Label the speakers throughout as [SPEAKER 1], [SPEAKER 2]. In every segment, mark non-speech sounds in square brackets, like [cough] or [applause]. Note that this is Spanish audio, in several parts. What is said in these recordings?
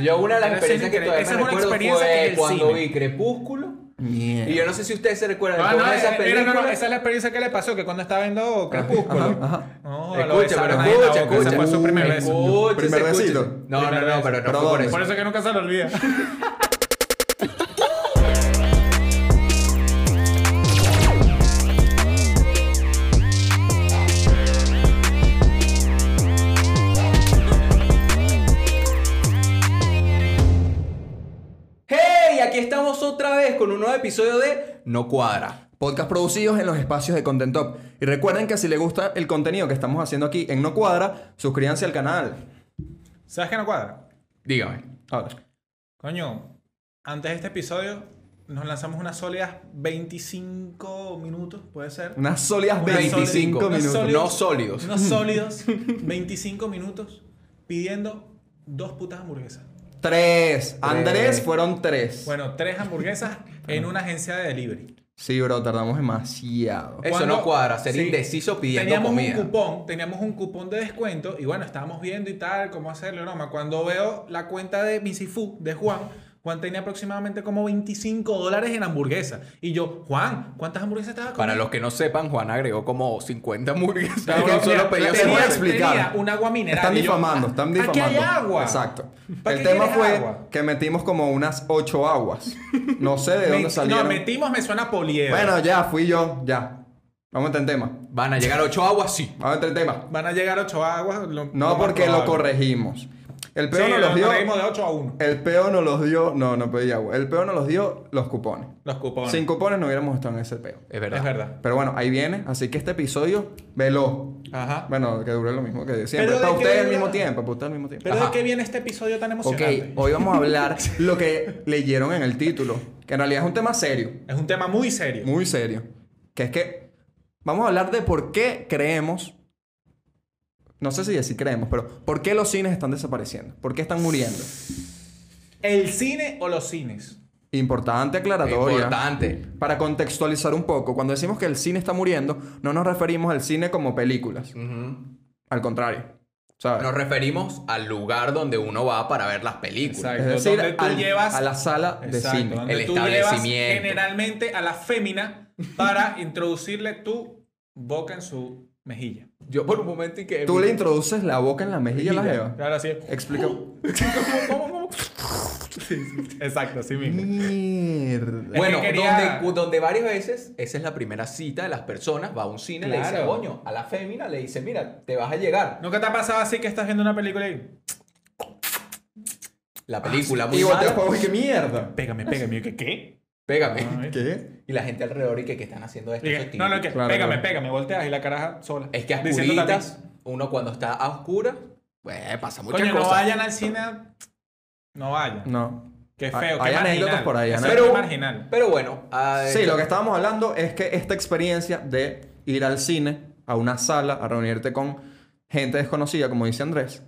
[SPEAKER 1] Yo una de las
[SPEAKER 2] Pero esa es
[SPEAKER 1] experiencias que
[SPEAKER 2] incre-
[SPEAKER 1] todavía
[SPEAKER 2] esa
[SPEAKER 1] me
[SPEAKER 2] es una
[SPEAKER 1] recuerdo
[SPEAKER 2] experiencia que es
[SPEAKER 1] fue
[SPEAKER 2] el
[SPEAKER 1] cuando
[SPEAKER 2] cine.
[SPEAKER 1] vi Crepúsculo.
[SPEAKER 3] Mierda.
[SPEAKER 1] Y yo no sé si ustedes se recuerdan
[SPEAKER 2] Ah,
[SPEAKER 1] de
[SPEAKER 2] no,
[SPEAKER 1] todas esas
[SPEAKER 2] eh, mira, no, no,
[SPEAKER 1] películas.
[SPEAKER 2] esa es la experiencia que le pasó, que cuando estaba viendo Crepúsculo.
[SPEAKER 3] ajá.
[SPEAKER 2] No, lo
[SPEAKER 1] Escucha,
[SPEAKER 2] besaron
[SPEAKER 1] pero
[SPEAKER 2] ahí en la
[SPEAKER 1] escucha,
[SPEAKER 2] boca,
[SPEAKER 1] escucha.
[SPEAKER 2] Esa fue su primera vez.
[SPEAKER 1] Escucha, se
[SPEAKER 3] Primer
[SPEAKER 1] escucha.
[SPEAKER 3] besito.
[SPEAKER 1] No, no, no, pero no
[SPEAKER 3] Pero
[SPEAKER 1] fue por
[SPEAKER 3] ¿dónde?
[SPEAKER 1] eso.
[SPEAKER 2] Por eso que nunca se lo olvida.
[SPEAKER 1] ¡Hey! Aquí estamos otra vez con un nuevo episodio de No Cuadra.
[SPEAKER 3] Podcast producidos en los espacios de Content Top. Y recuerden que si les gusta el contenido que estamos haciendo aquí en No Cuadra, suscríbanse al canal.
[SPEAKER 2] [laughs] ¿Sabes qué no cuadra?
[SPEAKER 1] Dígame.
[SPEAKER 3] Ahora.
[SPEAKER 2] Coño, antes de este episodio nos lanzamos unas sólidas 25 minutos, puede ser.
[SPEAKER 3] Unas sólidas
[SPEAKER 2] Unas
[SPEAKER 3] 25
[SPEAKER 2] sólidas- unos
[SPEAKER 3] minutos.
[SPEAKER 2] sólidas-
[SPEAKER 1] No sólidos.
[SPEAKER 2] Unos sólidos
[SPEAKER 3] [laughs]
[SPEAKER 2] 25 minutos pidiendo dos putas hamburguesas.
[SPEAKER 1] Tres.
[SPEAKER 3] Tres. Andrés fueron tres.
[SPEAKER 2] Bueno, tres hamburguesas en una agencia de delivery.
[SPEAKER 3] Sí, bro, tardamos demasiado.
[SPEAKER 1] Eso
[SPEAKER 2] Cuando-
[SPEAKER 1] no cuadra, ser
[SPEAKER 2] Sí.
[SPEAKER 1] indeciso pidiendo
[SPEAKER 2] Teníamos
[SPEAKER 1] comida.
[SPEAKER 2] un cupón, teníamos un cupón de descuento y bueno, estábamos viendo y tal, cómo hacerlo, broma. Cuando veo la cuenta de Misifu, de Juan, Juan tenía aproximadamente como 25 dólares en hamburguesas. Y yo, Juan, ¿cuántas hamburguesas estaba comiendo?
[SPEAKER 1] Para los que no sepan, Juan agregó como 50 hamburguesas.
[SPEAKER 2] [laughs] Cabrón,
[SPEAKER 1] en un solo
[SPEAKER 2] mira,
[SPEAKER 1] pedido.
[SPEAKER 3] te voy a
[SPEAKER 2] tenía-
[SPEAKER 3] explicar.
[SPEAKER 2] tenía un agua mineral.
[SPEAKER 3] Están
[SPEAKER 2] Y yo,
[SPEAKER 3] difamando,
[SPEAKER 2] "Ah,
[SPEAKER 3] están
[SPEAKER 2] aquí
[SPEAKER 3] difamando.
[SPEAKER 2] hay agua.
[SPEAKER 3] Exacto.
[SPEAKER 2] ¿Para
[SPEAKER 3] El
[SPEAKER 2] qué
[SPEAKER 3] tema
[SPEAKER 2] quieres
[SPEAKER 3] fue
[SPEAKER 2] agua?
[SPEAKER 3] que metimos como unas ocho aguas. No sé de dónde
[SPEAKER 2] [laughs] Me-
[SPEAKER 3] salieron.
[SPEAKER 2] No, metimos, me suena a poliedro.
[SPEAKER 3] Bueno, ya, fui yo, ya. Vamos a entrar en tema.
[SPEAKER 1] Van a llegar ocho aguas, sí.
[SPEAKER 3] Vamos a entrar en tema.
[SPEAKER 2] Van a llegar ocho aguas. lo-
[SPEAKER 3] No,
[SPEAKER 2] más
[SPEAKER 3] porque lo
[SPEAKER 2] probable.
[SPEAKER 3] corregimos.
[SPEAKER 2] Sí,
[SPEAKER 3] El peo nos los
[SPEAKER 2] lo
[SPEAKER 3] dio.
[SPEAKER 2] corregimos de 8 a 1.
[SPEAKER 3] El peo nos los dio. No, no pedí agua. El peo nos los dio los cupones.
[SPEAKER 2] Los cupones.
[SPEAKER 3] Sin cupones no hubiéramos estado en ese peo.
[SPEAKER 1] Es
[SPEAKER 2] Es verdad.
[SPEAKER 3] Pero bueno, ahí viene. Así que este episodio, velo.
[SPEAKER 2] Ajá.
[SPEAKER 3] Bueno, que dure lo mismo que siempre.
[SPEAKER 2] Pero de
[SPEAKER 3] para
[SPEAKER 2] que
[SPEAKER 3] ustedes al
[SPEAKER 2] dura-
[SPEAKER 3] mismo tiempo. Para ustedes al mismo tiempo.
[SPEAKER 2] Pero
[SPEAKER 1] Ajá.
[SPEAKER 2] ¿de qué viene este episodio tan
[SPEAKER 3] Ok,
[SPEAKER 2] emocionante?
[SPEAKER 3] hoy vamos a
[SPEAKER 2] [laughs]
[SPEAKER 3] hablar lo que leyeron en el título, que en realidad es un tema serio,
[SPEAKER 2] Es un tema muy serio.
[SPEAKER 3] muy serio, que es que vamos a hablar de por qué creemos, no sé si decir creemos, pero por qué los cines están desapareciendo, por qué están muriendo.
[SPEAKER 2] ¿El cine o los cines?
[SPEAKER 3] Importante aclaratoria.
[SPEAKER 1] Importante.
[SPEAKER 3] Para contextualizar un poco, cuando decimos que el cine está muriendo, no nos referimos al cine como películas,
[SPEAKER 1] Ujú.
[SPEAKER 3] al contrario. ¿sabes?
[SPEAKER 1] Nos referimos al lugar donde uno va para ver las películas.
[SPEAKER 2] Exacto.
[SPEAKER 3] es decir,
[SPEAKER 2] donde tú
[SPEAKER 3] al-
[SPEAKER 2] llevas-
[SPEAKER 3] a la sala de cine.
[SPEAKER 2] donde
[SPEAKER 1] El
[SPEAKER 2] tú llevas
[SPEAKER 1] establecimiento.
[SPEAKER 2] generalmente a la fémina para [laughs] introducirle tu boca en su mejilla.
[SPEAKER 1] Yo por un momento y que...
[SPEAKER 3] Tú le introduces la boca en la mejilla a la jeva.
[SPEAKER 2] Ahora sí.
[SPEAKER 3] [laughs] Explica.
[SPEAKER 2] ¿Cómo, cómo? Sí, sí, Exacto, sí mismo.
[SPEAKER 3] Mierda.
[SPEAKER 1] Bueno,
[SPEAKER 2] que quería-
[SPEAKER 1] donde, donde varias veces, esa es la primera cita de las personas, va a un cine, le dice,
[SPEAKER 2] Claro.
[SPEAKER 1] coño, a la fémina le dice, mira, te vas a llegar.
[SPEAKER 2] ¿Nunca te ha pasado así que estás viendo una película y...
[SPEAKER 1] La
[SPEAKER 2] Ah,
[SPEAKER 1] película muy
[SPEAKER 3] Y volteas
[SPEAKER 1] mala,
[SPEAKER 3] para abajo y qué mierda.
[SPEAKER 2] Pégame, pégame. Y yo, ¿Qué?
[SPEAKER 1] pégame.
[SPEAKER 2] Ah,
[SPEAKER 3] ¿Qué?
[SPEAKER 1] Y la gente alrededor y que, ¿qué están haciendo esto?
[SPEAKER 2] Y que,
[SPEAKER 1] Esos
[SPEAKER 2] no,
[SPEAKER 1] tipos.
[SPEAKER 2] no, que
[SPEAKER 3] Claro,
[SPEAKER 2] pégame,
[SPEAKER 3] claro.
[SPEAKER 2] pégame, volteas y la caraja sola.
[SPEAKER 1] Es que a
[SPEAKER 2] Diciendo también,
[SPEAKER 1] oscuritas, uno cuando está a oscuras, pues pasa muchas
[SPEAKER 2] Coño, no
[SPEAKER 1] cosas.
[SPEAKER 2] vayan al cine. a- No vayan.
[SPEAKER 3] No.
[SPEAKER 2] Qué
[SPEAKER 3] Hay-
[SPEAKER 2] feo,
[SPEAKER 3] hay
[SPEAKER 2] qué
[SPEAKER 3] anécdotas
[SPEAKER 2] marginal.
[SPEAKER 3] por ahí,
[SPEAKER 2] Eso es
[SPEAKER 3] anécdotas.
[SPEAKER 2] muy
[SPEAKER 1] Pero-
[SPEAKER 2] marginal.
[SPEAKER 1] Pero bueno, ah,
[SPEAKER 3] Sí, lo que estábamos hablando es que esta experiencia de ir al cine, a una sala, a reunirte con gente desconocida, como dice Andrés,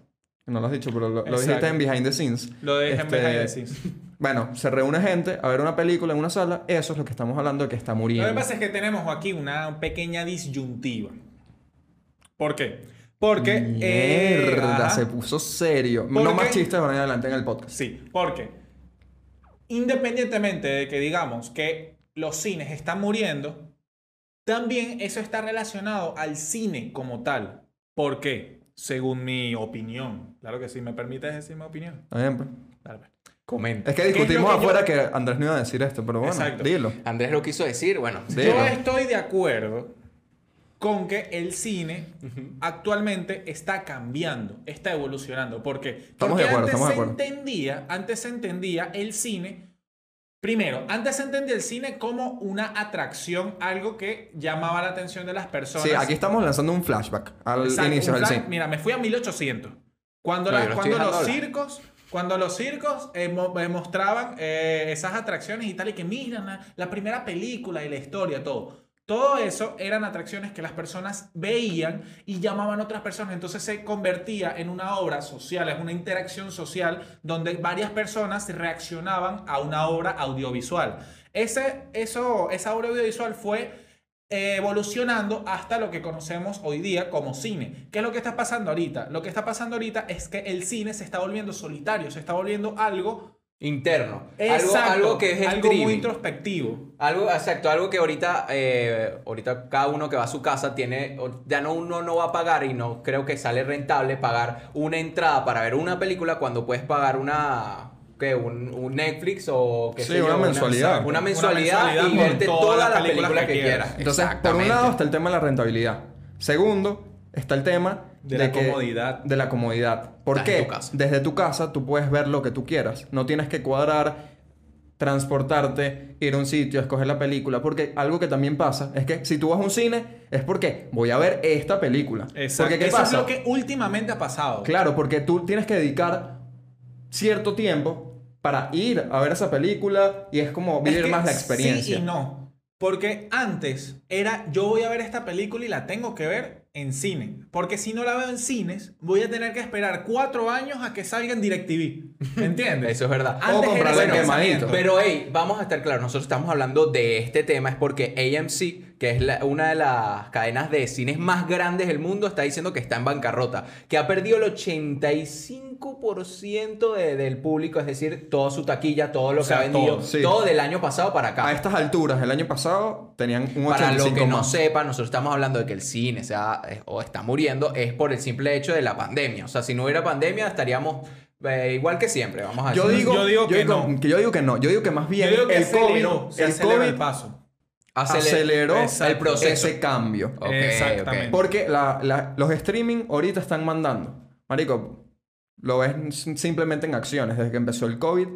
[SPEAKER 3] que no lo has dicho, pero lo, lo
[SPEAKER 2] Exacto.
[SPEAKER 3] dijiste en Behind the Scenes.
[SPEAKER 2] Lo de
[SPEAKER 3] Este,
[SPEAKER 2] behind the scenes.
[SPEAKER 3] Bueno, se reúne gente a ver una película en una sala, eso es lo que estamos hablando de que está
[SPEAKER 2] Lo que
[SPEAKER 3] muriendo.
[SPEAKER 2] pasa es que tenemos aquí una pequeña disyuntiva. ¿Por qué? Porque. eh,
[SPEAKER 3] Mierda,
[SPEAKER 2] ajá.
[SPEAKER 3] se puso serio.
[SPEAKER 2] ¿Por
[SPEAKER 3] No más
[SPEAKER 2] qué?
[SPEAKER 3] chistes van adelante en el podcast.
[SPEAKER 2] Sí, porque. Independientemente de que digamos que los cines están muriendo, también eso está relacionado al cine como tal. ¿Por qué? Según mi opinión. Claro que sí, me permites decir mi opinión.
[SPEAKER 3] Está bien, pues.
[SPEAKER 2] Dale, pues.
[SPEAKER 1] comenta.
[SPEAKER 3] Es que
[SPEAKER 2] ¿Qué es lo
[SPEAKER 3] discutimos
[SPEAKER 2] que yo-
[SPEAKER 3] afuera que Andrés no iba a decir esto, pero bueno,
[SPEAKER 2] Exacto.
[SPEAKER 3] dilo.
[SPEAKER 1] Andrés lo quiso decir, bueno.
[SPEAKER 3] Sí.
[SPEAKER 2] Yo
[SPEAKER 3] Pero-
[SPEAKER 2] estoy de acuerdo con que el cine actualmente está cambiando, está evolucionando. ¿Por qué?
[SPEAKER 3] Estamos
[SPEAKER 2] Porque
[SPEAKER 3] de acuerdo,
[SPEAKER 2] antes
[SPEAKER 3] estamos de
[SPEAKER 2] se
[SPEAKER 3] acuerdo.
[SPEAKER 2] entendía, antes se entendía el cine. Primero, antes se entendía el cine como una atracción, algo que llamaba la atención de las personas.
[SPEAKER 3] Sí, aquí estamos lanzando un flashback al
[SPEAKER 2] Exacto,
[SPEAKER 3] inicio
[SPEAKER 2] un
[SPEAKER 3] del
[SPEAKER 2] flash-
[SPEAKER 3] cine.
[SPEAKER 2] Mira, me fui a 1800. Cuando,
[SPEAKER 1] No,
[SPEAKER 2] la-
[SPEAKER 1] yo no estoy
[SPEAKER 2] cuando los
[SPEAKER 1] dejando hablar.
[SPEAKER 2] circos, cuando los circos eh, mo- eh, mostraban eh, esas atracciones y tal, y que miran la, la primera película y la historia, todo. Todo eso eran atracciones que las personas veían y llamaban a otras personas. Entonces se convertía en una obra social, es una interacción social donde varias personas reaccionaban a una obra audiovisual. Ese, eso, esa obra audiovisual fue eh, evolucionando hasta lo que conocemos hoy día como cine. ¿Qué es lo que está pasando ahorita? Lo que está pasando ahorita es que el cine se está volviendo solitario, se está volviendo algo...
[SPEAKER 1] Interno. Algo,
[SPEAKER 2] Exacto,
[SPEAKER 1] algo que es
[SPEAKER 2] algo muy
[SPEAKER 1] streaming.
[SPEAKER 2] introspectivo.
[SPEAKER 1] Algo, exacto, algo que ahorita, eh, ahorita cada uno que va a su casa tiene, o- ya no uno no va a pagar y no creo que sale rentable pagar una entrada para ver una película cuando puedes pagar una, ¿qué? Un, un Netflix o qué
[SPEAKER 3] Sí,
[SPEAKER 1] sé yo,
[SPEAKER 3] una mensualidad.
[SPEAKER 1] Una mensualidad,
[SPEAKER 2] Una mensualidad
[SPEAKER 1] y
[SPEAKER 2] con
[SPEAKER 1] verte
[SPEAKER 2] todas
[SPEAKER 1] todas
[SPEAKER 2] las
[SPEAKER 1] las
[SPEAKER 2] películas
[SPEAKER 1] películas
[SPEAKER 2] que
[SPEAKER 1] que
[SPEAKER 2] quieras.
[SPEAKER 1] quieras.
[SPEAKER 3] Entonces, por un
[SPEAKER 1] Exactamente.
[SPEAKER 3] lado está el tema de la rentabilidad. Segundo, está el tema
[SPEAKER 2] De la comodidad.
[SPEAKER 3] De la comodidad. ¿Por
[SPEAKER 1] Estás en
[SPEAKER 3] qué?
[SPEAKER 1] tu casa.
[SPEAKER 3] Desde tu casa tú puedes ver lo que tú quieras. No tienes que cuadrar, transportarte, ir a un sitio, escoger la película. Porque algo que también pasa es que si tú vas a un cine es porque voy a ver esta película. Porque ¿qué
[SPEAKER 2] Eso
[SPEAKER 3] pasa?
[SPEAKER 2] es lo que últimamente ha pasado.
[SPEAKER 3] Claro, porque tú tienes que dedicar cierto tiempo para ir a ver esa película y es como
[SPEAKER 2] Es
[SPEAKER 3] vivir
[SPEAKER 2] que
[SPEAKER 3] más la
[SPEAKER 2] Sí
[SPEAKER 3] experiencia.
[SPEAKER 2] y no. Porque antes era yo voy a ver esta película y la tengo que ver en cine. Porque si no la veo en cines, voy a tener que esperar cuatro años a que salga en DirecTV.
[SPEAKER 1] [laughs]
[SPEAKER 2] ¿Entiendes?
[SPEAKER 1] Eso es verdad.
[SPEAKER 3] O
[SPEAKER 2] Antes era
[SPEAKER 3] comprarla
[SPEAKER 2] ese
[SPEAKER 3] en
[SPEAKER 2] pensamiento.
[SPEAKER 3] quemadito.
[SPEAKER 1] Pero hey, vamos a estar claros, nosotros estamos hablando de este tema, es porque AMC, que es la- una de las cadenas de cines más grandes del mundo, está diciendo que está en bancarrota, que ha perdido el 85% de- del público, es decir, toda su taquilla, todo lo
[SPEAKER 2] O
[SPEAKER 1] que
[SPEAKER 2] sea,
[SPEAKER 1] ha vendido,
[SPEAKER 2] todo,
[SPEAKER 1] todo,
[SPEAKER 3] sí.
[SPEAKER 1] del año pasado para acá.
[SPEAKER 3] A estas alturas, el año pasado tenían un 85
[SPEAKER 1] Para lo que no
[SPEAKER 3] más.
[SPEAKER 1] sepan, nosotros estamos hablando de que el cine sea, eh, o está muriendo es por el simple hecho de la pandemia. O sea, si no hubiera pandemia estaríamos eh, igual que siempre, vamos a
[SPEAKER 3] Yo
[SPEAKER 1] decirlo
[SPEAKER 3] digo,
[SPEAKER 2] Yo digo que no.
[SPEAKER 3] yo digo que no. Yo digo que más bien
[SPEAKER 2] Yo digo que
[SPEAKER 3] el
[SPEAKER 2] aceleró,
[SPEAKER 3] COVID,
[SPEAKER 2] se
[SPEAKER 3] el
[SPEAKER 2] aceleró el
[SPEAKER 3] COVID
[SPEAKER 2] paso.
[SPEAKER 1] Aceler-
[SPEAKER 3] aceleró
[SPEAKER 1] Exacto. el proceso.
[SPEAKER 3] ese cambio.
[SPEAKER 1] Ok, ok.
[SPEAKER 2] Exactamente.
[SPEAKER 3] Porque la- la- los streaming ahorita están mandando. Marico, lo ves sim- simplemente en acciones. Desde que empezó el COVID,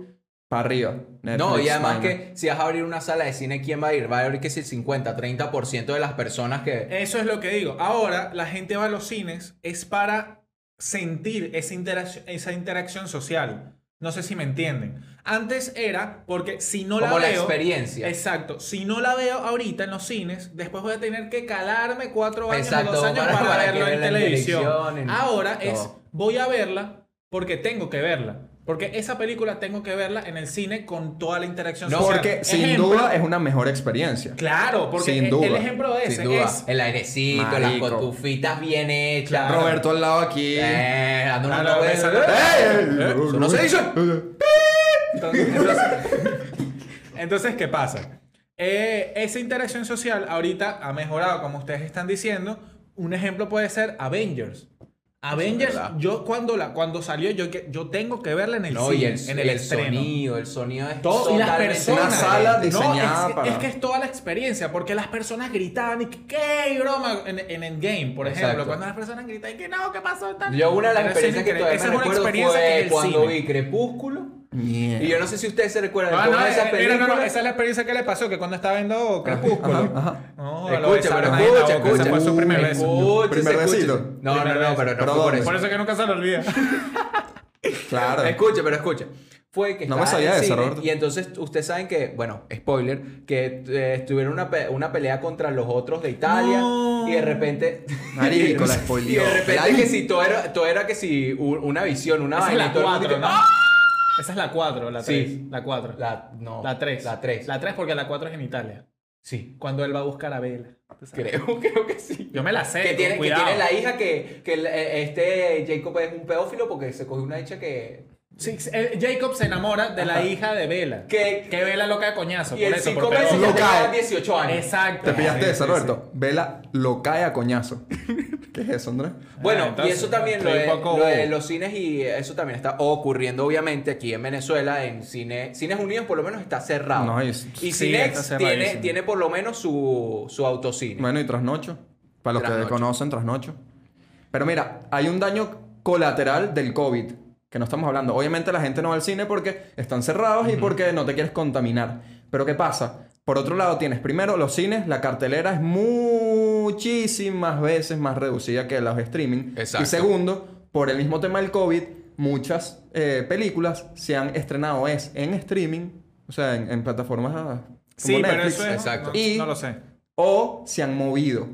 [SPEAKER 3] para arriba.
[SPEAKER 1] No,
[SPEAKER 3] Netflix,
[SPEAKER 1] y además
[SPEAKER 3] vaina.
[SPEAKER 1] que si vas a abrir una sala de cine, ¿quién va a ir? Va a abrir que si el 50, 30% de las personas que...
[SPEAKER 2] Eso es lo que digo. Ahora la gente va a los cines es para sentir esa, interacción esa interacción social. No sé si me entienden. Antes era porque si no
[SPEAKER 1] como
[SPEAKER 2] la
[SPEAKER 1] la,
[SPEAKER 2] veo...
[SPEAKER 1] experiencia.
[SPEAKER 2] Exacto. Si no la veo ahorita en los cines, después voy a tener que calarme cuatro años
[SPEAKER 1] Exacto,
[SPEAKER 2] o dos años
[SPEAKER 1] para-
[SPEAKER 2] para,
[SPEAKER 1] para
[SPEAKER 2] verlo
[SPEAKER 1] que
[SPEAKER 2] en
[SPEAKER 1] verla en
[SPEAKER 2] televisión.
[SPEAKER 1] televisión, en
[SPEAKER 2] Ahora
[SPEAKER 1] todo.
[SPEAKER 2] es voy a verla porque tengo que verla. Porque esa película tengo que verla en el cine con toda la interacción
[SPEAKER 1] No,
[SPEAKER 2] social.
[SPEAKER 3] Porque sin
[SPEAKER 2] Ejemplo-
[SPEAKER 3] duda es una mejor experiencia.
[SPEAKER 2] Claro, porque
[SPEAKER 3] Sin
[SPEAKER 2] el- el
[SPEAKER 3] duda,
[SPEAKER 2] ejemplo de ese
[SPEAKER 1] sin duda.
[SPEAKER 2] es
[SPEAKER 1] El airecito,
[SPEAKER 3] Marico.
[SPEAKER 1] las cotufitas bien hechas.
[SPEAKER 2] Claro.
[SPEAKER 3] Roberto al lado aquí.
[SPEAKER 1] Eh, dando una
[SPEAKER 2] A Ah, la
[SPEAKER 1] novela.
[SPEAKER 2] mesa.
[SPEAKER 3] ¡Ey!
[SPEAKER 1] Eso no se dice.
[SPEAKER 2] Entonces, entonces, ¿qué pasa? Eh, esa interacción social ahorita ha mejorado, como ustedes están diciendo. Un ejemplo puede ser Avengers. Avengers,
[SPEAKER 1] verdad.
[SPEAKER 2] yo cuando, la, cuando salió, yo, que- yo tengo que verla en el
[SPEAKER 1] No,
[SPEAKER 2] cine,
[SPEAKER 1] y el,
[SPEAKER 2] en el,
[SPEAKER 1] el
[SPEAKER 2] estreno.
[SPEAKER 1] sonido, el sonido es
[SPEAKER 2] Todo, y las
[SPEAKER 1] totalmente
[SPEAKER 2] personas.
[SPEAKER 3] Una sala
[SPEAKER 1] diferente.
[SPEAKER 3] diseñada
[SPEAKER 2] no, es,
[SPEAKER 3] para-
[SPEAKER 2] es que es toda la experiencia, porque las personas gritaban y que, qué broma en, en Endgame, por
[SPEAKER 1] Exacto.
[SPEAKER 2] ejemplo. Cuando las personas gritan y que no, ¿qué pasó? Tal.
[SPEAKER 1] Yo una de las
[SPEAKER 2] Pero eso es
[SPEAKER 1] experiencias que todavía
[SPEAKER 2] increíble. Esa
[SPEAKER 1] me
[SPEAKER 2] es una
[SPEAKER 1] recuerdo
[SPEAKER 2] experiencia que es
[SPEAKER 1] fue
[SPEAKER 2] el
[SPEAKER 1] cuando
[SPEAKER 2] cine.
[SPEAKER 1] vi Crepúsculo.
[SPEAKER 3] Mierda.
[SPEAKER 1] Y yo no sé si ustedes se recuerdan,
[SPEAKER 2] Ah,
[SPEAKER 1] pero
[SPEAKER 2] no,
[SPEAKER 1] en esa
[SPEAKER 2] eh, era, no,
[SPEAKER 1] película...
[SPEAKER 2] esa es la experiencia que le pasó, que cuando estaba viendo Crepúsculo.
[SPEAKER 3] ajá, ajá.
[SPEAKER 2] No, lo
[SPEAKER 1] Escucha,
[SPEAKER 2] besaron
[SPEAKER 1] pero
[SPEAKER 2] ahí en la
[SPEAKER 1] escucha,
[SPEAKER 2] boca, ese
[SPEAKER 1] escucha.
[SPEAKER 2] fue su primer
[SPEAKER 1] Uy,
[SPEAKER 2] beso.
[SPEAKER 1] escucha,
[SPEAKER 3] Primer
[SPEAKER 1] escucha.
[SPEAKER 3] besito.
[SPEAKER 1] No,
[SPEAKER 2] Primer
[SPEAKER 1] no,
[SPEAKER 2] beso.
[SPEAKER 1] no, pero no
[SPEAKER 3] Pero
[SPEAKER 1] fue por
[SPEAKER 3] ¿dónde?
[SPEAKER 1] eso.
[SPEAKER 2] Por eso que nunca se lo olvida.
[SPEAKER 3] Claro.
[SPEAKER 1] Escucha, pero escucha. Fue que
[SPEAKER 3] No me
[SPEAKER 1] estaba
[SPEAKER 3] sabía
[SPEAKER 1] en
[SPEAKER 3] eso,
[SPEAKER 1] cine,
[SPEAKER 3] Roberto.
[SPEAKER 1] Y entonces ustedes saben que, bueno, spoiler, que eh, estuvieron una, pe- una pelea contra los otros de Italia
[SPEAKER 2] No.
[SPEAKER 1] y de repente... [laughs]
[SPEAKER 3] Marico, la
[SPEAKER 1] y
[SPEAKER 3] spoileó.
[SPEAKER 1] de
[SPEAKER 3] La
[SPEAKER 1] repente
[SPEAKER 3] vi.
[SPEAKER 1] que si todo era, todo era que si u- una visión, una
[SPEAKER 2] Esa es
[SPEAKER 1] vaina.
[SPEAKER 2] la
[SPEAKER 1] y todo el mundo
[SPEAKER 2] 4,
[SPEAKER 1] que-
[SPEAKER 2] ¿no? Esa es la 4, la 3.
[SPEAKER 1] ¡Ah! Sí.
[SPEAKER 2] La 4.
[SPEAKER 1] La, no.
[SPEAKER 2] La 3.
[SPEAKER 1] La 3.
[SPEAKER 2] La 3 porque la 4 es en Italia.
[SPEAKER 1] Sí.
[SPEAKER 2] Cuando él va a buscar a Bella.
[SPEAKER 1] Creo, [laughs] creo que sí.
[SPEAKER 2] Yo me la sé.
[SPEAKER 1] que, tiene, que
[SPEAKER 2] cuidado.
[SPEAKER 1] tiene la hija que, que el- eh, este Jacob es un pedófilo porque se cogió una hecha que...
[SPEAKER 2] Sí, sí, eh, Jacob se enamora de la hija de Bella.
[SPEAKER 1] Que-
[SPEAKER 2] Que Bella loca de coñazo.
[SPEAKER 1] Y
[SPEAKER 2] por
[SPEAKER 1] el
[SPEAKER 2] eso,
[SPEAKER 1] 5
[SPEAKER 2] por
[SPEAKER 1] meses
[SPEAKER 2] pedo.
[SPEAKER 1] ya
[SPEAKER 3] Lo cae.
[SPEAKER 1] tenía 18 años.
[SPEAKER 2] Exacto.
[SPEAKER 3] Te pillaste
[SPEAKER 2] Sí,
[SPEAKER 3] esa,
[SPEAKER 2] sí,
[SPEAKER 3] Roberto. Vela lo cae a coñazo. ¿Qué es eso, Andrés?
[SPEAKER 1] Bueno,
[SPEAKER 2] Ah, entonces,
[SPEAKER 1] y eso también lo
[SPEAKER 2] estoy
[SPEAKER 1] de,
[SPEAKER 2] un poco
[SPEAKER 1] lo de
[SPEAKER 2] bobo.
[SPEAKER 1] los cines y eso también está ocurriendo obviamente aquí en Venezuela en cine, Cines Unidos por lo menos está cerrado.
[SPEAKER 3] No, y-
[SPEAKER 1] y
[SPEAKER 3] sí,
[SPEAKER 1] Cinex
[SPEAKER 2] está
[SPEAKER 1] tiene,
[SPEAKER 2] cerradísimo.
[SPEAKER 1] tiene por lo menos su, su autocine.
[SPEAKER 3] Bueno, y trasnocho. Para los que
[SPEAKER 1] Trasnocho.
[SPEAKER 3] conocen, trasnocho. Pero mira, hay un daño colateral del COVID que no estamos hablando. Obviamente la gente no va al cine porque están cerrados y porque no te quieres contaminar. Pero ¿qué pasa? Por otro lado, tienes primero los cines, la cartelera es muchísimas veces más reducida que los streaming.
[SPEAKER 1] Exacto.
[SPEAKER 3] Y segundo, por el mismo tema del COVID, muchas eh, películas se han estrenado es en streaming, o sea, en, en plataformas ah, como
[SPEAKER 2] Sí, pero
[SPEAKER 3] Netflix.
[SPEAKER 2] eso es.
[SPEAKER 1] Exacto.
[SPEAKER 2] no-
[SPEAKER 3] Y-
[SPEAKER 2] no lo sé.
[SPEAKER 3] o se han movido.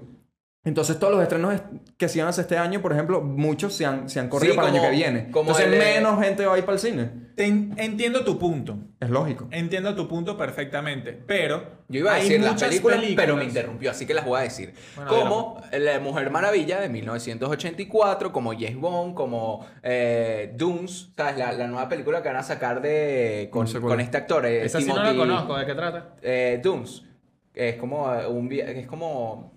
[SPEAKER 3] Entonces todos los estrenos es- que se iban a hacer este año, por ejemplo, muchos se han, se han corrido
[SPEAKER 1] Sí,
[SPEAKER 3] para el año
[SPEAKER 1] como-
[SPEAKER 3] que viene.
[SPEAKER 1] como
[SPEAKER 3] Entonces
[SPEAKER 1] el de-
[SPEAKER 3] menos gente va a ir para el cine.
[SPEAKER 2] Te en- entiendo tu punto.
[SPEAKER 3] Es lógico.
[SPEAKER 2] Entiendo tu punto perfectamente. Pero.
[SPEAKER 1] Yo iba a
[SPEAKER 2] hay
[SPEAKER 1] decir las
[SPEAKER 2] muchas
[SPEAKER 1] películas, pero me interrumpió, así que las voy a decir.
[SPEAKER 2] Bueno,
[SPEAKER 1] como La Mujer Maravilla de 1984, como James Bond, como eh, Dunes, ¿sabes? La, la nueva película que van a sacar de con,
[SPEAKER 3] No sé cuál.
[SPEAKER 1] con este actor. eh,
[SPEAKER 4] Esa sí no la
[SPEAKER 1] Timothy-
[SPEAKER 4] conozco, ¿de qué trata?
[SPEAKER 1] eh, Dunes. Es como eh, un vi- es como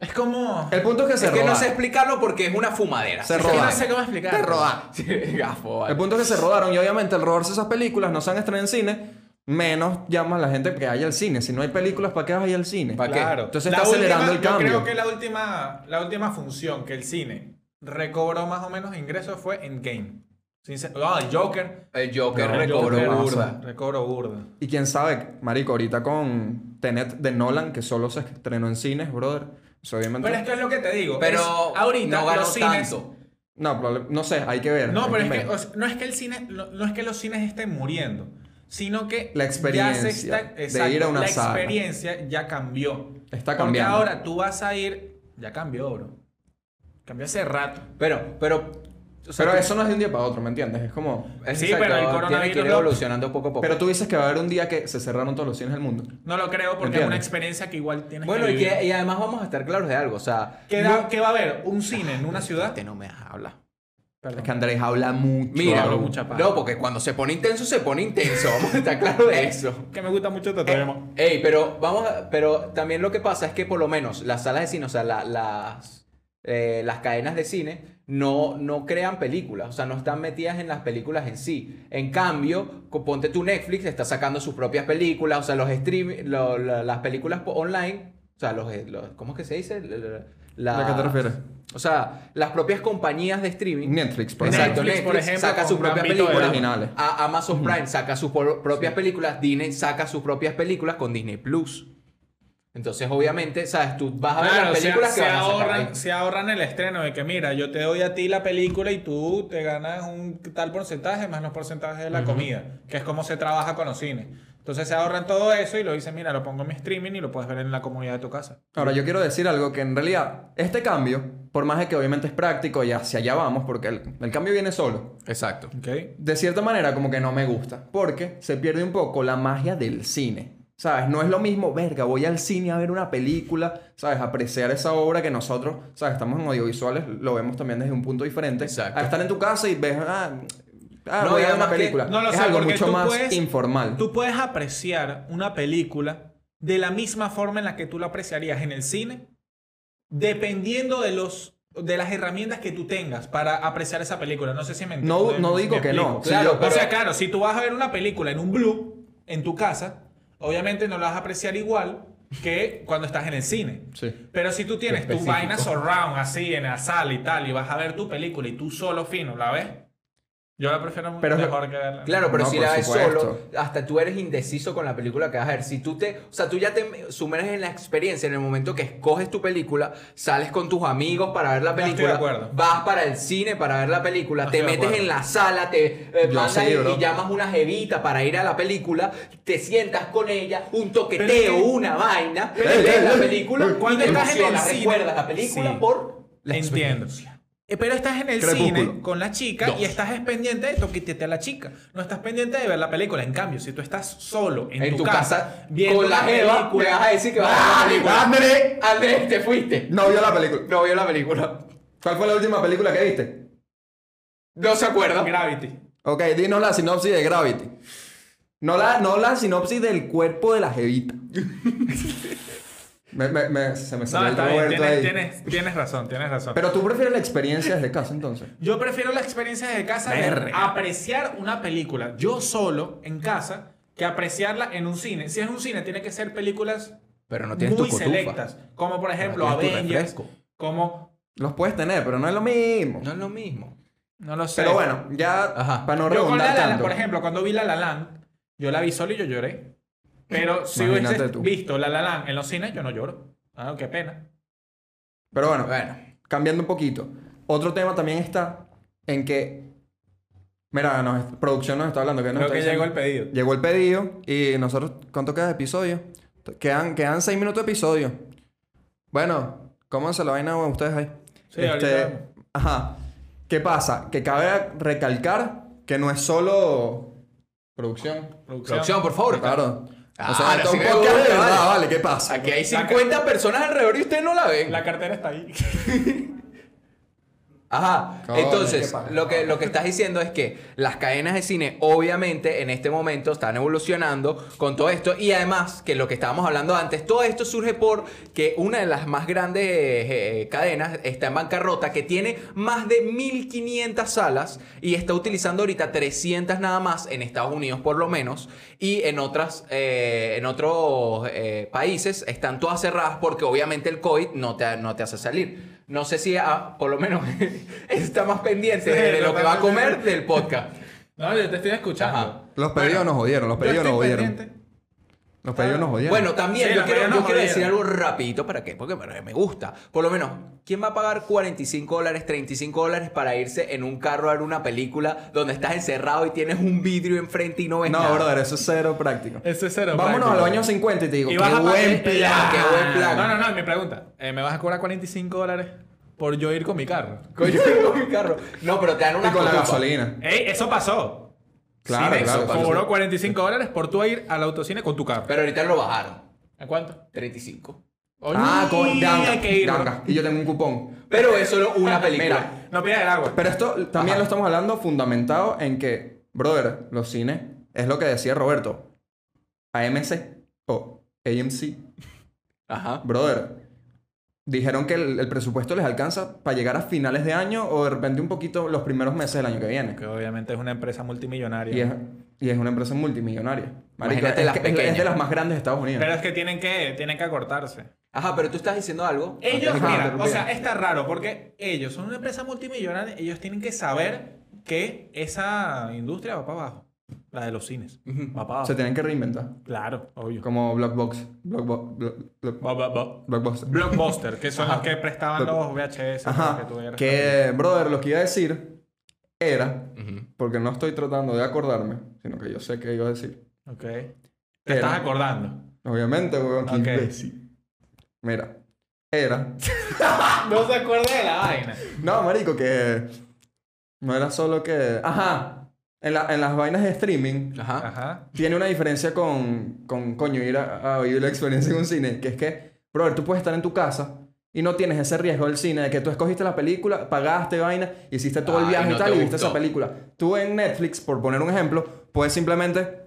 [SPEAKER 2] Es como.
[SPEAKER 3] El punto es que se
[SPEAKER 1] es que no
[SPEAKER 3] rodaron.
[SPEAKER 1] sé explicarlo porque es una fumadera.
[SPEAKER 3] Se
[SPEAKER 1] Sí,
[SPEAKER 2] Es que
[SPEAKER 3] roba.
[SPEAKER 2] no sé cómo explicar.
[SPEAKER 3] Te robaron.
[SPEAKER 1] [laughs] sí, gafo, vale.
[SPEAKER 3] El punto es que se rodaron y obviamente al robarse esas películas no se han estrenado en cine, menos llama a la gente que vaya al cine. Si no hay películas, ¿para qué vas a ir al cine?
[SPEAKER 1] ¿Para qué?
[SPEAKER 2] Claro.
[SPEAKER 3] Entonces
[SPEAKER 2] La
[SPEAKER 3] está
[SPEAKER 2] última-
[SPEAKER 3] acelerando el cambio.
[SPEAKER 2] Yo creo que la última, la última función que el cine recobró más o menos ingresos fue Endgame. Sincer- Ah, el Joker.
[SPEAKER 1] El Joker
[SPEAKER 3] No, el
[SPEAKER 1] recobró
[SPEAKER 3] Joker
[SPEAKER 1] masa.
[SPEAKER 2] burda. Recobró burda.
[SPEAKER 3] Y quién sabe, marico, ahorita con Tenet de Nolan, que solo se estrenó en cines, brother. Eso obviamente...
[SPEAKER 2] Pero es que es lo que te digo.
[SPEAKER 1] Pero
[SPEAKER 2] es- ahorita
[SPEAKER 1] no ganó
[SPEAKER 2] los cines.
[SPEAKER 1] tanto.
[SPEAKER 3] No, probable- no sé, hay que ver.
[SPEAKER 2] No,
[SPEAKER 3] hay
[SPEAKER 2] pero es que
[SPEAKER 3] ver.
[SPEAKER 2] o sea, no es que el cine, no, no es que los cines estén muriendo, sino que
[SPEAKER 3] La experiencia de ir a una
[SPEAKER 2] la
[SPEAKER 3] sala.
[SPEAKER 2] experiencia ya cambió.
[SPEAKER 3] Está
[SPEAKER 2] Porque
[SPEAKER 3] cambiando.
[SPEAKER 2] ahora tú vas a ir, ya cambió, bro. Cambió hace rato.
[SPEAKER 1] Pero pero o sea,
[SPEAKER 3] Pero
[SPEAKER 1] tú-
[SPEAKER 3] eso no es de un día para otro, ¿me entiendes? Es como...
[SPEAKER 1] es
[SPEAKER 2] Sí,
[SPEAKER 1] exacto,
[SPEAKER 2] pero el
[SPEAKER 1] tiene
[SPEAKER 2] coronavirus
[SPEAKER 1] que ir
[SPEAKER 2] lo-
[SPEAKER 1] evolucionando poco a poco.
[SPEAKER 3] Pero tú dices que va a haber un día que se cerraron todos los cines del mundo.
[SPEAKER 2] No lo creo porque es
[SPEAKER 3] Entiendo.
[SPEAKER 2] una experiencia que igual tienes
[SPEAKER 1] Bueno,
[SPEAKER 2] que
[SPEAKER 1] y,
[SPEAKER 2] vivir.
[SPEAKER 1] que- y además vamos a estar claros de algo, o sea...
[SPEAKER 2] ¿Qué, da- qué va a haber? ¿Un cine en una ciudad?
[SPEAKER 1] Este no me habla.
[SPEAKER 3] Es que Andrés habla mucho.
[SPEAKER 1] Mira,
[SPEAKER 2] hablo mucha paja.
[SPEAKER 1] no, porque cuando se pone intenso, se pone intenso. [laughs] Vamos a estar claros de eso.
[SPEAKER 2] Que me gusta mucho
[SPEAKER 1] Eh,
[SPEAKER 2] Totemo.
[SPEAKER 1] Ey, pero vamos a- pero también lo que pasa es que por lo menos las salas de cine, o sea, la- las, eh, las cadenas de cine no, no crean películas, o sea, no están metidas en las películas en sí. En cambio, co- ponte tu Netflix, está sacando sus propias películas, o sea, los stream, lo- la- las películas po- online, o sea, los, eh, los- ¿cómo es que se dice? La- la-
[SPEAKER 3] ¿A qué te refieres?
[SPEAKER 1] O sea, las propias compañías de streaming.
[SPEAKER 3] Netflix, por
[SPEAKER 1] Exacto,
[SPEAKER 3] ejemplo.
[SPEAKER 2] Netflix,
[SPEAKER 1] Netflix,
[SPEAKER 2] por ejemplo,
[SPEAKER 1] saca sus
[SPEAKER 2] con
[SPEAKER 1] propias
[SPEAKER 2] Gambito de
[SPEAKER 1] películas
[SPEAKER 3] Dama. Originales.
[SPEAKER 1] A- Amazon Prime saca sus por- propias películas, Disney saca sus propias películas con Disney Plus. Entonces, obviamente, sabes, tú vas a ver
[SPEAKER 2] Claro,
[SPEAKER 1] las
[SPEAKER 2] se,
[SPEAKER 1] películas
[SPEAKER 2] se
[SPEAKER 1] que van a sacar ahí.
[SPEAKER 2] ahorran, se ahorran el estreno de que, mira, yo te doy a ti la película y tú te ganas un tal porcentaje más los porcentajes de la comida, que es como se trabaja con los cines. Entonces se ahorran todo eso y lo dicen, mira, lo pongo en mi streaming y lo puedes ver en la comunidad de tu casa.
[SPEAKER 3] Ahora, yo quiero decir algo que en realidad, este cambio, por más de que obviamente es práctico y hacia allá vamos, porque el, el cambio viene solo,
[SPEAKER 1] Exacto.
[SPEAKER 2] ¿Ok?
[SPEAKER 3] de cierta manera como que no me gusta, porque se pierde un poco la magia del cine. ¿Sabes? No es lo mismo, verga, voy al cine a ver una película, ¿sabes? Apreciar esa obra que nosotros, ¿sabes? Estamos en audiovisuales, lo vemos también desde un punto diferente.
[SPEAKER 1] Exacto.
[SPEAKER 3] A estar en tu casa y ves, ah, ah,
[SPEAKER 1] No,
[SPEAKER 3] voy
[SPEAKER 1] y
[SPEAKER 3] a ver
[SPEAKER 1] además que-
[SPEAKER 3] una película.
[SPEAKER 2] No lo
[SPEAKER 3] es
[SPEAKER 2] sé,
[SPEAKER 3] algo
[SPEAKER 2] porque
[SPEAKER 3] mucho
[SPEAKER 2] tú
[SPEAKER 3] más
[SPEAKER 2] puedes-
[SPEAKER 3] informal.
[SPEAKER 2] Tú puedes apreciar una película de la misma forma en la que tú la apreciarías en el cine, dependiendo de los de las herramientas que tú tengas para apreciar esa película. No sé si me ent-
[SPEAKER 3] No-
[SPEAKER 2] me-
[SPEAKER 3] no digo
[SPEAKER 2] me
[SPEAKER 3] que
[SPEAKER 2] explico.
[SPEAKER 3] no. Sí,
[SPEAKER 2] Claro,
[SPEAKER 3] yo- pero-
[SPEAKER 2] o sea, claro, si tú vas a ver una película en un blue en tu casa, obviamente no la vas a apreciar igual que cuando estás en el cine.
[SPEAKER 3] Sí.
[SPEAKER 2] Pero si tú tienes tu
[SPEAKER 3] Específico.
[SPEAKER 2] vaina surround así en la sala y tal y vas a ver tu película y tú solo fino la ves, yo la prefiero
[SPEAKER 3] Pero-
[SPEAKER 2] mejor que verla.
[SPEAKER 1] Claro, pero
[SPEAKER 3] No,
[SPEAKER 1] si
[SPEAKER 3] por
[SPEAKER 1] la ves
[SPEAKER 3] supuesto.
[SPEAKER 1] solo, hasta tú eres indeciso con la película que vas a ver. Si tú te, o sea, tú ya te sumerges en la experiencia, en el momento que escoges tu película, sales con tus amigos para ver la
[SPEAKER 2] estoy de
[SPEAKER 1] película,
[SPEAKER 2] acuerdo.
[SPEAKER 1] vas para el cine para ver la película,
[SPEAKER 2] No
[SPEAKER 1] te
[SPEAKER 2] estoy de
[SPEAKER 1] metes en
[SPEAKER 2] acuerdo.
[SPEAKER 1] la sala, te eh,
[SPEAKER 3] Yo
[SPEAKER 1] mandas
[SPEAKER 3] sí,
[SPEAKER 1] y-
[SPEAKER 3] bro.
[SPEAKER 1] y llamas una jevita para ir a la película, te sientas con ella, un toqueteo,
[SPEAKER 2] Pero es que-
[SPEAKER 1] una vaina,
[SPEAKER 3] Pero es que-
[SPEAKER 1] ves la
[SPEAKER 3] pero-
[SPEAKER 1] película,
[SPEAKER 3] pero
[SPEAKER 1] y
[SPEAKER 2] cuando
[SPEAKER 1] te
[SPEAKER 2] estás en el
[SPEAKER 1] emociona,
[SPEAKER 2] cine-
[SPEAKER 1] recuerdas la película
[SPEAKER 2] Sí.
[SPEAKER 1] por la
[SPEAKER 2] Entiendo.
[SPEAKER 1] experiencia.
[SPEAKER 2] Eh, Pero estás en el
[SPEAKER 3] Crepúsculo.
[SPEAKER 2] cine con la chica y estás es pendiente de toquetearte a la chica. No estás pendiente de ver la película. En cambio, si tú estás solo en,
[SPEAKER 1] En tu casa,
[SPEAKER 2] viendo ¡Ah!
[SPEAKER 1] con la jeva, me vas a decir que vas a ver la película.
[SPEAKER 3] ¡André!
[SPEAKER 1] Andrés, te fuiste.
[SPEAKER 3] No vio la película.
[SPEAKER 1] No vio la película.
[SPEAKER 3] ¿Cuál fue la última película que viste?
[SPEAKER 1] No se acuerda.
[SPEAKER 2] ¡ah! Gravity.
[SPEAKER 3] Ok, dinos la sinopsis de Gravity. No la, no la sinopsis del cuerpo de la
[SPEAKER 2] [laughs]
[SPEAKER 3] jevita. Me- me- me- se me
[SPEAKER 2] No,
[SPEAKER 3] salió
[SPEAKER 2] está
[SPEAKER 3] el
[SPEAKER 2] bien,
[SPEAKER 3] Roberto ahí.
[SPEAKER 2] tienes, tienes, tienes razón, tienes razón.
[SPEAKER 3] Pero tú prefieres la experiencia desde casa, entonces.
[SPEAKER 2] Yo prefiero la experiencia de casa de
[SPEAKER 3] Verga.
[SPEAKER 2] apreciar una película yo solo en casa que apreciarla en un cine. Si es un cine, tiene que ser películas
[SPEAKER 1] Pero no tienes
[SPEAKER 2] muy
[SPEAKER 1] tu cotufa.
[SPEAKER 2] selectas. Como por ejemplo
[SPEAKER 1] tienes tu
[SPEAKER 2] Avengers.
[SPEAKER 1] refresco.
[SPEAKER 2] Como.
[SPEAKER 3] Los puedes tener, pero no es lo mismo.
[SPEAKER 1] No es lo mismo.
[SPEAKER 2] No lo sé.
[SPEAKER 3] pero bueno, ya
[SPEAKER 1] Ajá.
[SPEAKER 3] para no
[SPEAKER 2] yo con La
[SPEAKER 3] redundar
[SPEAKER 2] La Land,
[SPEAKER 3] tanto.
[SPEAKER 2] por ejemplo, cuando vi La La Land, yo la vi solo y yo lloré. Pero si
[SPEAKER 3] Imagínate
[SPEAKER 2] hubiese
[SPEAKER 3] tú.
[SPEAKER 2] visto La La Land en los cines, yo no lloro. Ah, qué pena.
[SPEAKER 3] Pero bueno,
[SPEAKER 1] Bueno.
[SPEAKER 3] cambiando un poquito. Otro tema también está en que... Mira, nos, producción nos está hablando. que nos
[SPEAKER 2] Creo
[SPEAKER 3] está
[SPEAKER 2] que llegó
[SPEAKER 3] diciendo?
[SPEAKER 2] el pedido.
[SPEAKER 3] Llegó el pedido y nosotros, ¿cuánto queda de episodio? Quedan, quedan seis minutos de episodio. Bueno, Cómanse la vaina ustedes ahí. Este,
[SPEAKER 2] Sí, ahorita vemos.
[SPEAKER 3] Ajá. ¿Qué pasa? Que cabe recalcar que no es solo producción.
[SPEAKER 1] Producción, por favor.
[SPEAKER 3] Claro.
[SPEAKER 1] Ah,
[SPEAKER 3] o sea,
[SPEAKER 1] ahora
[SPEAKER 3] esto
[SPEAKER 1] sí
[SPEAKER 3] es
[SPEAKER 1] me
[SPEAKER 3] un podcast
[SPEAKER 1] gusta,
[SPEAKER 3] de verdad,
[SPEAKER 1] vale.
[SPEAKER 3] vale. ¿qué pasa?
[SPEAKER 1] Aquí hay 50 personas alrededor y ustedes no la ven.
[SPEAKER 2] La cartera está ahí. [laughs]
[SPEAKER 1] Ajá.
[SPEAKER 3] Coño, qué
[SPEAKER 1] Entonces,
[SPEAKER 3] paja.
[SPEAKER 1] lo que, lo que estás diciendo es que las cadenas de cine, obviamente, en este momento están evolucionando con todo esto. Y además, que lo que estábamos hablando antes, todo esto surge por que una de las más grandes eh, eh, cadenas está en bancarrota, que tiene más de 1500 salas y está utilizando ahorita 300 nada más en Estados Unidos, por lo menos. Y en otras, eh, en otros eh, países están todas cerradas porque obviamente el COVID no te, no te hace salir. No sé si ah, por lo menos [laughs] está más pendiente de, de lo que va a comer del podcast.
[SPEAKER 2] No, yo te estoy escuchando.
[SPEAKER 1] Ajá.
[SPEAKER 3] Los pedidos nos jodieron, los
[SPEAKER 2] Yo
[SPEAKER 3] pedidos
[SPEAKER 2] estoy
[SPEAKER 3] nos jodieron.
[SPEAKER 2] pendiente.
[SPEAKER 3] Los pedidos nos jodieron.
[SPEAKER 1] Bueno, también
[SPEAKER 2] Sí,
[SPEAKER 1] yo
[SPEAKER 2] la
[SPEAKER 1] quiero,
[SPEAKER 2] mañana
[SPEAKER 1] yo
[SPEAKER 2] nos
[SPEAKER 1] quiero decir
[SPEAKER 2] jodieron.
[SPEAKER 1] algo rapidito para qué, porque me me gusta. Por lo menos, ¿quién va a pagar 45 dólares, 35 dólares para irse en un carro a ver una película donde estás encerrado y tienes un vidrio enfrente y no ves nada?
[SPEAKER 3] no, brother, eso es cero práctico.
[SPEAKER 2] Ese es cero.
[SPEAKER 3] Vámonos
[SPEAKER 2] práctico.
[SPEAKER 3] a los años 50 y te digo,
[SPEAKER 2] Y
[SPEAKER 3] qué
[SPEAKER 2] vas a
[SPEAKER 3] buen
[SPEAKER 2] pagar- eh,
[SPEAKER 3] plan.
[SPEAKER 1] qué buen plan.
[SPEAKER 2] No, no, no, mi pregunta. Eh, ¿Me vas a cobrar 45 dólares por yo ir con mi carro?
[SPEAKER 1] [laughs] Coño, tengo mi carro. No, pero te dan una
[SPEAKER 3] Y con la gasolina.
[SPEAKER 2] ¡Ey! Eso pasó.
[SPEAKER 3] Claro,
[SPEAKER 2] Cinex
[SPEAKER 3] claro, pasó.
[SPEAKER 2] Cobró 45 dólares por tú ir al autocine con tu carro.
[SPEAKER 1] Pero ahorita lo bajaron.
[SPEAKER 2] ¿A cuánto?
[SPEAKER 1] 35.
[SPEAKER 3] Ah,
[SPEAKER 2] Oye,
[SPEAKER 3] con
[SPEAKER 2] hay
[SPEAKER 3] ganga,
[SPEAKER 2] que ir.
[SPEAKER 3] ganga. Y yo tengo un cupón.
[SPEAKER 1] Pero es solo una película.
[SPEAKER 2] Mira, no pidas el agua.
[SPEAKER 3] Pero esto también lo estamos hablando fundamentado en que, brother, los cines, es lo que decía Roberto, AMC o AMC,
[SPEAKER 1] Ajá.
[SPEAKER 3] brother, dijeron que el, el presupuesto les alcanza para llegar a finales de año o de repente un poquito los primeros meses del año que viene.
[SPEAKER 2] Que obviamente es una empresa multimillonaria.
[SPEAKER 3] Y es, y es una empresa multimillonaria. Marico,
[SPEAKER 1] Imagínate
[SPEAKER 3] es,
[SPEAKER 1] las
[SPEAKER 3] que- es- es
[SPEAKER 1] pequeñas.
[SPEAKER 3] de las más grandes de Estados Unidos.
[SPEAKER 2] Pero es que tienen que, tienen que acortarse.
[SPEAKER 1] Ajá, pero tú estás diciendo algo.
[SPEAKER 2] Ellos,
[SPEAKER 3] Ajá,
[SPEAKER 2] mira,
[SPEAKER 3] pero
[SPEAKER 2] o
[SPEAKER 3] bien.
[SPEAKER 2] sea, está raro porque ellos son una empresa multimillonaria, ellos tienen que saber que esa industria va para abajo. La de los cines. Va para abajo.
[SPEAKER 3] Se tienen que reinventar.
[SPEAKER 2] Claro, obvio.
[SPEAKER 3] Como Blockbox. Blockbo- blo- blo-
[SPEAKER 2] Va, va, va.
[SPEAKER 3] Blockbuster.
[SPEAKER 2] Blockbuster, que son los que prestaban los VHS. para
[SPEAKER 3] Ajá.
[SPEAKER 2] Que, tú vieras.
[SPEAKER 3] Que, brother, lo que iba a decir era,
[SPEAKER 1] Ujú.
[SPEAKER 3] porque no estoy tratando de acordarme, sino que yo sé que iba a decir.
[SPEAKER 2] Ok. Te
[SPEAKER 3] Era.
[SPEAKER 2] estás acordando.
[SPEAKER 3] Obviamente, weón. qué
[SPEAKER 2] Ok.
[SPEAKER 3] imbécil. Mira, era.
[SPEAKER 2] No se acuerda de la vaina.
[SPEAKER 3] No, marico, que no era solo que. Ajá. En, la- en las vainas de streaming
[SPEAKER 1] Ajá.
[SPEAKER 2] Ajá.
[SPEAKER 3] tiene una diferencia con, con coño, ir a, a vivir la experiencia en un cine, que es que, brother, tú puedes estar en tu casa y no tienes ese riesgo del cine, de que tú escogiste la película, pagaste vaina, hiciste todo el
[SPEAKER 1] Ah, y
[SPEAKER 3] viaje y,
[SPEAKER 1] no te
[SPEAKER 3] tal, y viste
[SPEAKER 1] gustó.
[SPEAKER 3] esa película. Tú en Netflix, por poner un ejemplo, puedes simplemente,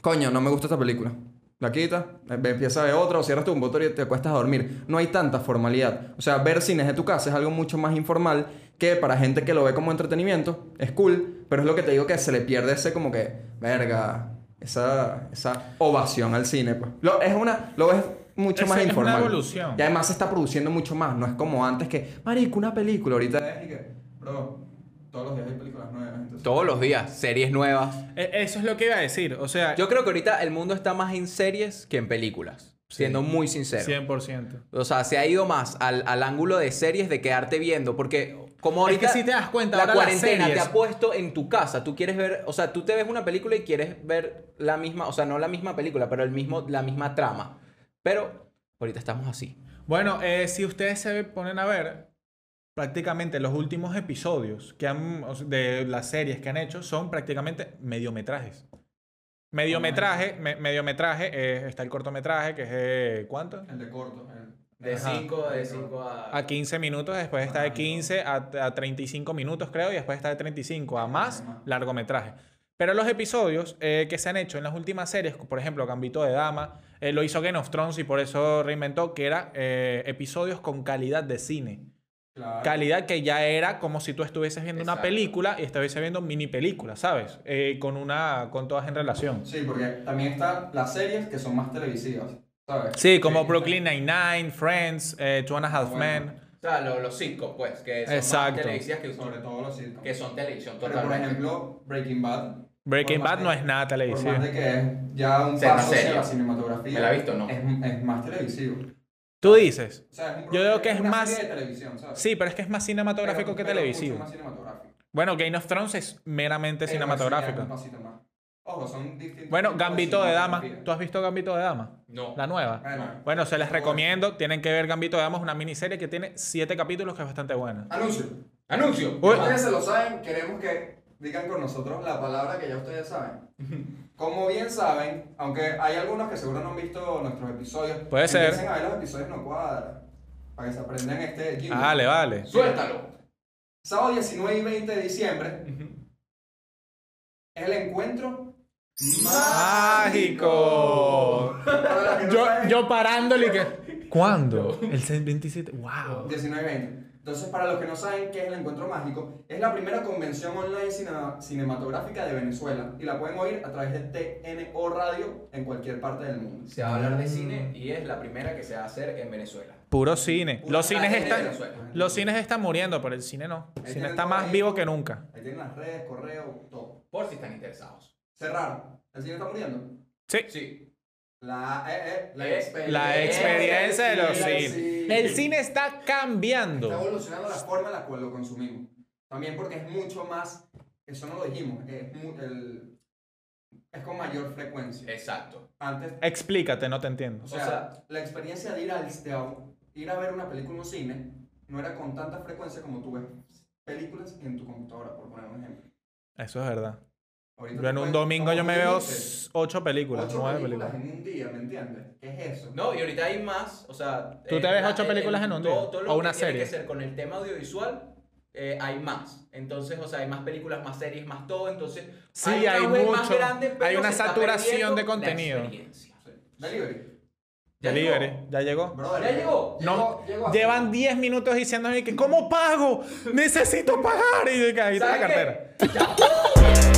[SPEAKER 3] coño, no me gusta esta película. La quitas, eh, empieza a ver otra o cierras tu computador y te acuestas a dormir. No hay tanta formalidad. O sea, ver cines de tu casa es algo mucho más informal que para gente que lo ve como entretenimiento. Es cool, pero es lo que te digo que se le pierde ese como que, verga, esa, esa ovación al cine. Pues. Lo, es una, lo ves mucho
[SPEAKER 2] Es-
[SPEAKER 3] más
[SPEAKER 2] es una
[SPEAKER 3] informal.
[SPEAKER 2] evolución.
[SPEAKER 3] Y además se está produciendo mucho más. No es como antes que, marico, una película. Ahorita es y que, bro, todos los días hay películas nuevas. entonces-
[SPEAKER 1] Todos los días, series nuevas.
[SPEAKER 2] E- Eso es lo que iba a decir. O sea,
[SPEAKER 1] Yo creo que ahorita el mundo está más en series que en películas, siendo muy sincero.
[SPEAKER 2] 100%.
[SPEAKER 1] O sea, se ha ido más al, al ángulo de series de quedarte viendo, porque como
[SPEAKER 2] Es
[SPEAKER 1] ahorita
[SPEAKER 2] que si te das cuenta,
[SPEAKER 1] la
[SPEAKER 2] ahora las
[SPEAKER 1] cuarentena te
[SPEAKER 2] series-
[SPEAKER 1] ha puesto en tu casa, tú quieres ver, o sea, tú te ves una película y quieres ver la misma, o sea, no la misma película, pero el mismo la misma trama. Pero ahorita estamos así.
[SPEAKER 2] Bueno, eh, si ustedes se ponen a ver, prácticamente los últimos episodios que han, o sea, de las series que han hecho son prácticamente mediometrajes. Mediometraje, me- mediometraje, eh, está el cortometraje que es de ¿cuánto?
[SPEAKER 3] El de corto. el-
[SPEAKER 1] De
[SPEAKER 2] Ajá. Ah.
[SPEAKER 1] cinco- de 5 a...
[SPEAKER 2] A 15 minutos, después está de 15 a, a 35 minutos creo y después está de 35 a más largometraje. Pero los episodios eh, que se han hecho en las últimas series, por ejemplo, Gambito de Dama, eh, lo hizo Game of Thrones y por eso reinventó que era eh, episodios con calidad de cine.
[SPEAKER 3] Claro.
[SPEAKER 2] calidad que ya era como si tú estuvieses viendo una
[SPEAKER 3] Exacto.
[SPEAKER 2] película y estuvieses viendo mini películas, ¿sabes? Eh, con una con todas en relación.
[SPEAKER 3] Sí, porque también están las series que son más televisivas, ¿sabes?
[SPEAKER 2] Sí, como
[SPEAKER 3] Que-
[SPEAKER 2] Brooklyn Nine-Nine, Friends, eh, Two and a Half
[SPEAKER 3] Bueno.
[SPEAKER 2] Men.
[SPEAKER 1] O sea, lo- los cinco, pues, que son
[SPEAKER 2] Exacto.
[SPEAKER 1] más televisivas que,
[SPEAKER 3] Sobre todo los sitcoms.
[SPEAKER 1] que son televisión
[SPEAKER 3] Pero, por
[SPEAKER 1] totalmente.
[SPEAKER 3] ejemplo, Breaking Bad.
[SPEAKER 2] Breaking
[SPEAKER 3] Por más
[SPEAKER 2] Bad no
[SPEAKER 3] de-
[SPEAKER 2] es nada
[SPEAKER 3] Por más
[SPEAKER 2] televisivo.
[SPEAKER 3] de que es ya un
[SPEAKER 1] Sí, una
[SPEAKER 3] paso hacia
[SPEAKER 1] serie.
[SPEAKER 3] la cinematografía.
[SPEAKER 1] ¿Me la he visto, no?
[SPEAKER 3] Es, es más televisivo.
[SPEAKER 2] Tú dices.
[SPEAKER 3] O sea, es un
[SPEAKER 2] Yo
[SPEAKER 3] creo
[SPEAKER 2] creo que es más-
[SPEAKER 3] Serie de televisión, ¿sabes?
[SPEAKER 2] Sí, pero es que es más
[SPEAKER 3] Pero-
[SPEAKER 2] cinematográfico que
[SPEAKER 3] pero mucho
[SPEAKER 2] televisivo.
[SPEAKER 3] más cinematográfico.
[SPEAKER 2] Bueno, Game of Thrones es meramente
[SPEAKER 3] Pero Eh, pues sí, ya es un
[SPEAKER 2] Este cinematográfico.
[SPEAKER 3] pasito más. Ojo, son distintos.
[SPEAKER 2] Bueno,
[SPEAKER 3] tipos de
[SPEAKER 2] Gambito de Dama.
[SPEAKER 3] cinematografía.
[SPEAKER 2] ¿Tú has visto Gambito de Dama?
[SPEAKER 4] No.
[SPEAKER 2] La nueva.
[SPEAKER 3] Bueno,
[SPEAKER 2] Bueno, se les
[SPEAKER 3] Ah, Por favor.
[SPEAKER 2] recomiendo. Tienen que ver Gambito de Dama. Es una miniserie que tiene siete capítulos que es bastante buena.
[SPEAKER 4] Anuncio. Anuncio.
[SPEAKER 2] Uy.
[SPEAKER 3] Ustedes se lo saben, queremos que digan con nosotros la palabra que ya
[SPEAKER 2] [laughs]
[SPEAKER 3] ustedes saben. Como bien saben, aunque hay algunos que seguro no han visto nuestros episodios,
[SPEAKER 2] Puede ser.
[SPEAKER 3] empiecen a ver los episodios no cuadra para que se aprendan este jingle.
[SPEAKER 2] Ah, Vale, vale.
[SPEAKER 4] Suéltalo.
[SPEAKER 3] Sábado 19 y 20 de diciembre es el encuentro
[SPEAKER 2] Mágico.
[SPEAKER 3] Para los que no
[SPEAKER 2] Yo,
[SPEAKER 3] saben,
[SPEAKER 2] yo parándole y que.
[SPEAKER 3] [laughs]
[SPEAKER 2] ¿Cuándo? El 27. ¡Wow!
[SPEAKER 3] 19 y 20. Entonces, para los que no saben qué es el encuentro mágico, es la primera convención online cine- cinematográfica de Venezuela y la pueden oír a través de TNO Radio en cualquier parte del mundo.
[SPEAKER 1] Se va a hablar de cine y es la primera que se va a hacer en Venezuela.
[SPEAKER 2] Puro cine.
[SPEAKER 1] Pura
[SPEAKER 2] Los cines
[SPEAKER 1] gente de
[SPEAKER 2] están.
[SPEAKER 1] Venezuela.
[SPEAKER 2] Los cines están muriendo, pero el cine no. El cine
[SPEAKER 3] tienen
[SPEAKER 2] está
[SPEAKER 3] todo
[SPEAKER 2] más
[SPEAKER 3] ahí.
[SPEAKER 2] vivo que nunca.
[SPEAKER 3] Ahí tienen las redes, correo, todo.
[SPEAKER 1] Por si están interesados.
[SPEAKER 3] Cerraron. El cine está muriendo.
[SPEAKER 2] Sí.
[SPEAKER 1] Sí.
[SPEAKER 3] La, eh, eh,
[SPEAKER 4] La
[SPEAKER 1] Eh,
[SPEAKER 4] experiencia.
[SPEAKER 2] La experiencia de los
[SPEAKER 3] Sí,
[SPEAKER 2] cines.
[SPEAKER 3] sí.
[SPEAKER 2] El cine está
[SPEAKER 3] E. Está
[SPEAKER 2] cambiando.
[SPEAKER 3] evolucionando la forma en la cual lo consumimos. También porque es mucho más, eso no lo dijimos, es, mu- el- es con mayor frecuencia.
[SPEAKER 1] Exacto.
[SPEAKER 3] Antes
[SPEAKER 2] Explícate, no te entiendo.
[SPEAKER 3] O sea,
[SPEAKER 1] O sea,
[SPEAKER 3] la experiencia de ir al de a- ir a ver una película en un cine no era con tanta frecuencia como tú ves películas en tu computadora, por poner un ejemplo.
[SPEAKER 2] Eso es verdad.
[SPEAKER 3] Ahorita
[SPEAKER 2] Yo en
[SPEAKER 3] tú
[SPEAKER 1] pues,
[SPEAKER 2] un
[SPEAKER 3] puedes-
[SPEAKER 2] domingo
[SPEAKER 3] como
[SPEAKER 2] yo me
[SPEAKER 3] tú
[SPEAKER 2] veo
[SPEAKER 3] dices,
[SPEAKER 2] s- ocho películas,
[SPEAKER 3] ocho
[SPEAKER 2] nueve
[SPEAKER 3] películas,
[SPEAKER 2] películas.
[SPEAKER 3] en un día, ¿me entiendes? ¿Qué es eso?
[SPEAKER 1] No, y ahorita hay más, o sea... eh,
[SPEAKER 2] ¿Tú te ves ocho películas en un día?
[SPEAKER 1] todo- todo lo
[SPEAKER 2] ¿O
[SPEAKER 1] que
[SPEAKER 2] una
[SPEAKER 1] tiene
[SPEAKER 2] serie?
[SPEAKER 1] que ser con el tema audiovisual, eh, hay más. Entonces, o sea, hay más películas, más series, más todo, entonces...
[SPEAKER 2] Sí,
[SPEAKER 1] una
[SPEAKER 2] hay
[SPEAKER 1] web
[SPEAKER 2] mucho.
[SPEAKER 1] pero
[SPEAKER 2] Hay una
[SPEAKER 1] se está
[SPEAKER 2] saturación
[SPEAKER 1] perdiendo
[SPEAKER 2] de
[SPEAKER 1] la
[SPEAKER 2] contenido.
[SPEAKER 1] experiencia.
[SPEAKER 3] Sí. Delivery.
[SPEAKER 1] Ya
[SPEAKER 2] Delivery,
[SPEAKER 1] llegó.
[SPEAKER 2] ya llegó.
[SPEAKER 3] Brother,
[SPEAKER 1] Ya llegó.
[SPEAKER 2] No,
[SPEAKER 3] llegó a-
[SPEAKER 2] llevan 10 minutos diciéndome que ¿cómo pago? Necesito pagar. Y de que ahí está la
[SPEAKER 1] ¿Sabes qué?
[SPEAKER 2] cartera.
[SPEAKER 1] Chao.